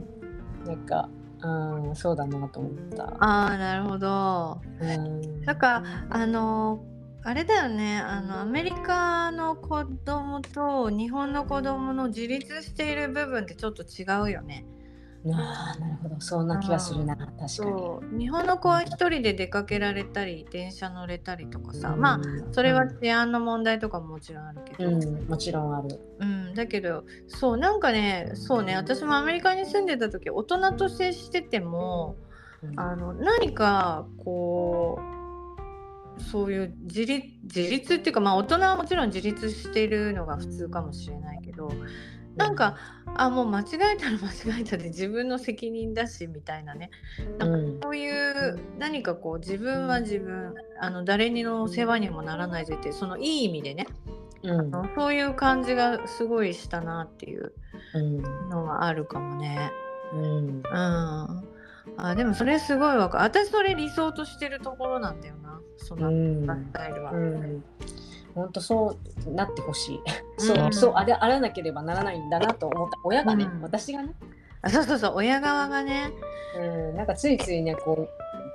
んなんか、うん、そうだなと思った。ああなるほどうんなんかあのーあれだよねあのアメリカの子供と日本の子供の自立している部分ってちょっと違うよね。ああなるほどそんな気はするな確かに。そう日本の子は一人で出かけられたり電車乗れたりとかさまあうんそれは治安の問題とかももちろんあるけど、うん、もちろんある。うん、だけどそうなんかねそうね私もアメリカに住んでた時大人と接しててもあの何かこうそういう自立自立っていうかまあ大人はもちろん自立しているのが普通かもしれないけどなんかあもう間違えたら間違えたで自分の責任だしみたいなねうん、こういう何かこう自分は自分あの誰にの世話にもならないぜっていうそのいい意味でねうん、そういう感じがすごいしたなっていううん、のはあるかもね。うん、うん。あでもそれすごいわかる。私それ理想としてるところなんだよな。そのうんスタイルは。うん。本当そうなってほしい。そうう、んそう、あれ、あらなければならないんだなと思った。親がね、うん私がね、あそうそうそう親側がね。うん、なんかついついね、こう。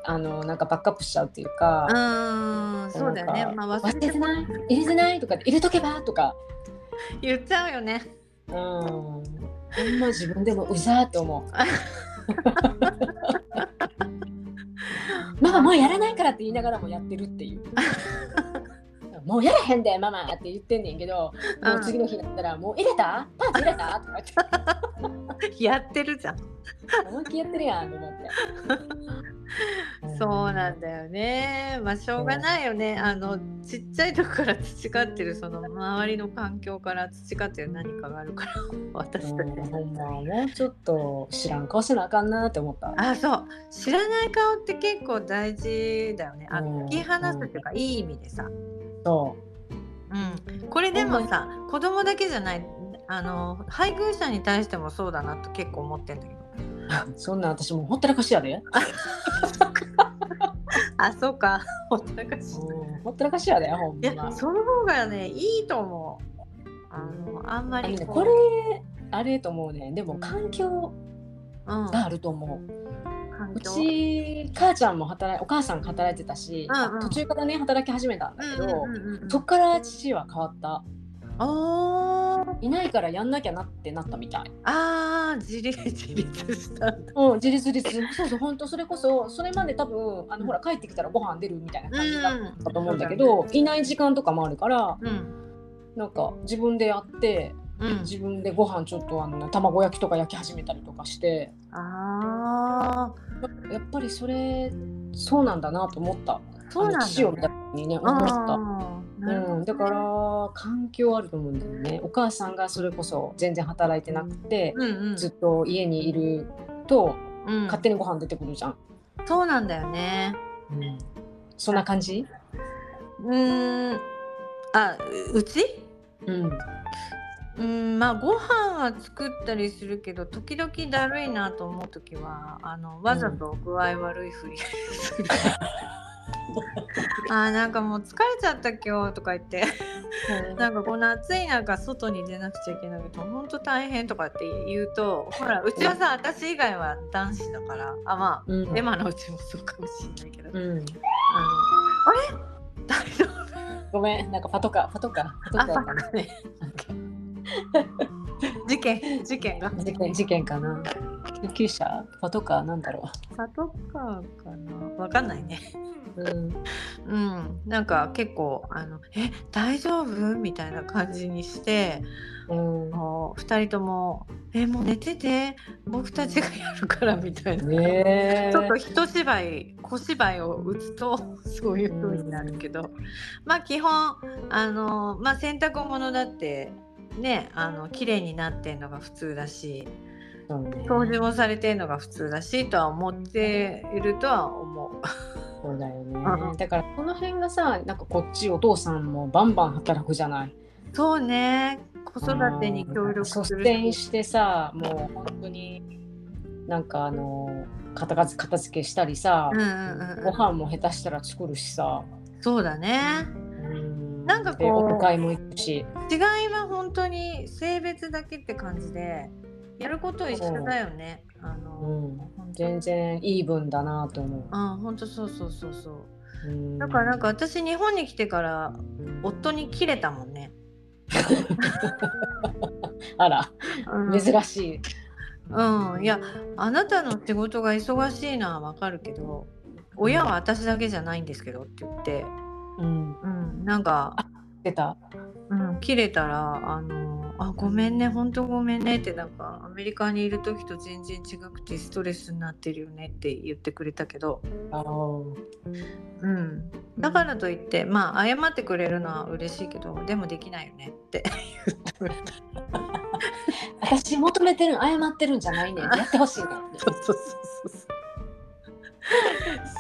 あの、なんかバックアップしちゃうっていうか。うんそうだよねな。んかまあ忘忘れれててない、入れてないとか、入れとけばとか。言っちゃうよね。うん。ほんま自分でもうざーって思 う。ママもうやらないからって言いながらもやってるっていう。もうやらへんでママって言ってんねんけど、もう次の日になったら「もう入れたパンチ入れた?」とか言やってるじゃん。って思いっきりやってるやんと思って。そうなんだよね。まあしょうがないよね。あのちっちゃい時から培ってるその周りの環境から培ってる何かがあるから私たち。うんほんまもうちょっと知らん顔せなあかんなって思った。あそう知らない顔って結構大事だよねあうんの突き放すっていうか、いい意味でさ、そうん、これでもさ子供だけじゃないあの配偶者に対してもそうだなと結構思ってんだけう。どそんなん私もうほったらかしやで。あそう かほったらかしうんほったらかしやでほんいやま。その方がねいいと思うあのあんまあのりねうこれあれと思うねでも環境うんがあると思う、環う境ち母ちゃんも働いお母さんが働いてたし、うんうん途中からね働き始めたんだけど、うんうんうんうんそっから父は変わったあーいないからやんなきゃなってなったみたいあー自立自立したんだうん自立自立そうそう本当それこそそれまで多分あのほら帰ってきたらご飯出るみたいな感じだったと思うんだけど、いない時間とかもあるからうんなんか自分でやってうん自分でご飯ちょっとあの卵焼きとか焼き始めたりとかしてああやっぱりそれそうなんだなと思った。そうなんだ、ね、あの父を見た時にね思った。なるほどうん、だから環境あると思うんだよね。お母さんがそれこそ全然働いてなくて、うんうん、ずっと家にいるとうん勝手にご飯出てくるじゃん。そうなんだよね。うんそんな感じ？うーん、あ、ううち？うん。うーん、まあご飯は作ったりするけど、時々だるいなと思う時は、あのわざと具合悪いふりする。あーなんかもう疲れちゃった今日とか言ってなんかこの暑い中外に出なくちゃいけないけどほんと大変とかって言うとほらうちはさ私以外は男子だからあまうあん。エマのうちもそうかもしれないけどうん。あのあれ大丈夫ごめん、なんかパトカー、パトカー、パトカーあかなね事件事件が事件事件かな。救急車？パトカーなんだろパトカーかなわかんないねう。うん。うんなんか結構あのえ大丈夫みたいな感じにしてうん。もう2人ともえもう寝てて僕たちがやるからみたいな、ねえ。ちょっと一芝居小芝居を打つと そういう風になるけど、まあ基本あの、まあ、洗濯物だってねあの綺麗になってんのが普通だしそうね掃除もされてるのが普通だしとは思っているとは思う。 そうだよねうんうん。だからこの辺がさ、なんかこっちお父さんもバンバン働くじゃない。そうね子育てに協力す率る先してさ、もう本当になんかあの片付け片付けしたりさ、うんうんうんうんご飯も下手したら作るしさ、そうだねうんなんかこうでお迎えも行くし、違いは本当に性別だけって感じでやること一緒だよね。あうん、の本当全然イーブンだなと思う。あ本当そうそうそうそううんだからなんか私日本に来てから夫に切れたもんね。あらうん珍しい、うん、いやあなたの仕事が忙しいのはわかるけど親は私だけじゃないんですけどって言って、うん、うん、なんか、出たうん、切れたらあのあごめんね本当ごめんねってなんかアメリカにいる時と全然違くてストレスになってるよねって言ってくれたけど、あのうん、だからといってまあ謝ってくれるのは嬉しいけどでもできないよねって言ってくれた。私求めてる謝ってるんじゃないねんやってほしいねんそうそうそうそ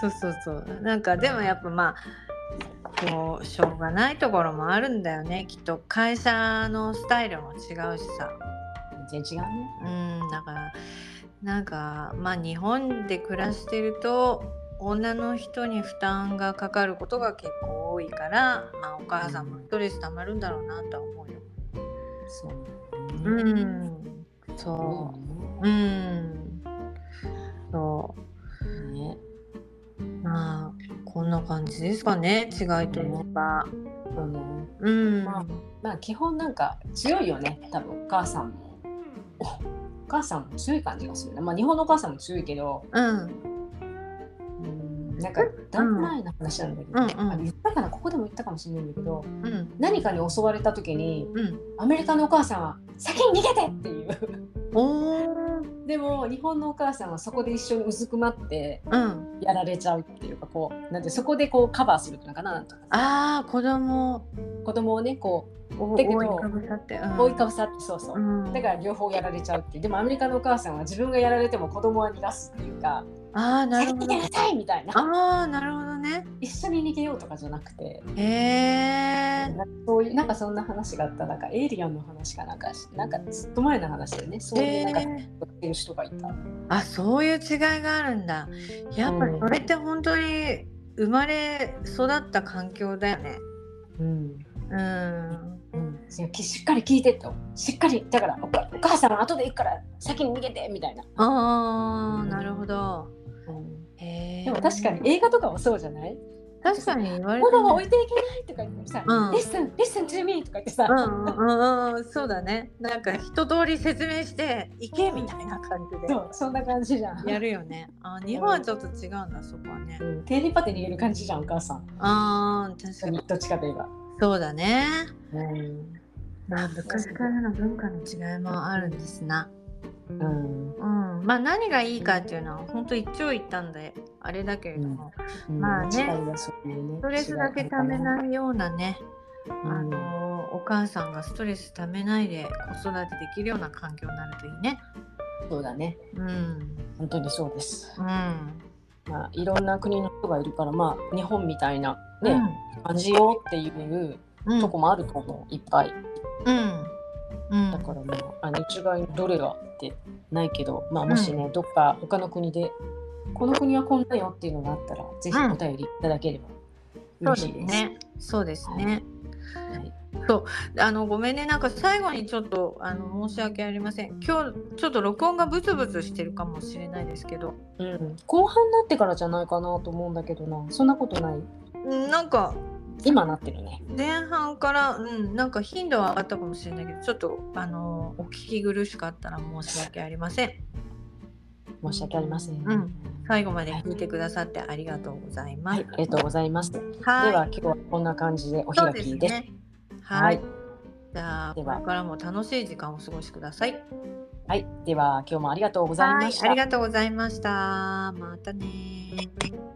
うそうそうそうそうなんかでもやっぱまあこうしょうがないところもあるんだよねきっと会社のスタイルも違うしさ全然違うねうんだからなんかまあ日本で暮らしてると女の人に負担がかかることが結構多いから、まあ、お母さんもストレスたまるんだろうなとは思うよ。そううねん、そう、うん、そうねまあこんな感じですかね違いといえば。そうねうん。まあまあ基本なんか強いよね多分お母さんもお母さんも強い感じがするねまあ日本のお母さんも強いけどうん。うんなんかだいぶ前の話なんだけど、ねうんうんあ言ったかなここでも言ったかもしれないんだけどうん。何かに襲われた時にうん。アメリカのお母さんは「先に逃げて!」っていうおお。でも日本のお母さんはそこで一緒にうずくまってうん。やられちゃうっていうかこうなんてそこでこうカバーするっていうのかななんとかああ子供子供をねこをだけど覆いかぶさって。うんう覆いかぶさってそうそうう。ん。だから両方やられちゃうっていうでもアメリカのお母さんは自分がやられても子供は逃がすっていうかあ「あな先るほにど逃。げなさい!」みたいなああなるほどね。一緒に逃げようとかじゃなくてへえ。なんかそういうなんかそんな話があったなんかエイリアンの話かなんかしなんかずっと前の話だよねそういうへなんかやえ。ってる人がいた、あそういう違いがあるんだ。やっぱりそれって本当に生まれ育った環境だよね。うんうん。うん、いやしっかり聞いてとしっかりだからおかお母さんは後で行くから先に逃げてみたいな、ああなるほど。へえ。でも確かに映画とかもそうじゃない確かに言われ子てみ供を置るいていけないとか言ってもさ「うん Listen listen to me」とか言ってさ、うんうんうんうんそうだねなんか一通り説明していけみたいな感じそうそんな感じじゃんでやるよねあ日本はちょっと違うんだそこはねうんテレパで逃げる感じじゃんお母さんあー確かにどっちかといえば、そうだねうんまあ昔からの文化の違いもあるんですなうんうんまあ何がいいかっていうのは本当一長一短であれだけれどもままああねね違いはそういうねストレスだけためないようなねうんあのお母さんがストレスためないで子育てできるような環境になるといいねそうだねうん本当にそうですうんまあ、いろんな国の人がいるから、まあ、日本みたいな、ねうん感じようっていううんとこもあると思ういっぱいうん。うんだからまああの一概にどれがってないけど、まあ、もしね、どっか他の国でこの国はこんなよっていうのがあったらぜひうんお便りいただければそう嬉しですいです。ね。そうですね。はいあのごめんね。なんか最後にちょっとあの申し訳ありません。今日ちょっと録音がブツブツしてるかもしれないですけど、うん、後半になってからじゃないかなと思うんだけどなそんなことないうんなんか今なってるね。前半からうんなんか頻度は上がったかもしれないけど、ちょっとあのお聞き苦しかったら申し訳ありません。申し訳ありません。うん最後まで聞いてくださってありがとうございまはす。い、ありがとうございます。ではい。は今日はこんな感じでおそう開ですきです。ね。ははいい。じゃあでこはれからも楽しい時間をお過ごしください。はい、では今日もありがとうございました。はい、ありがとうございました。またねー。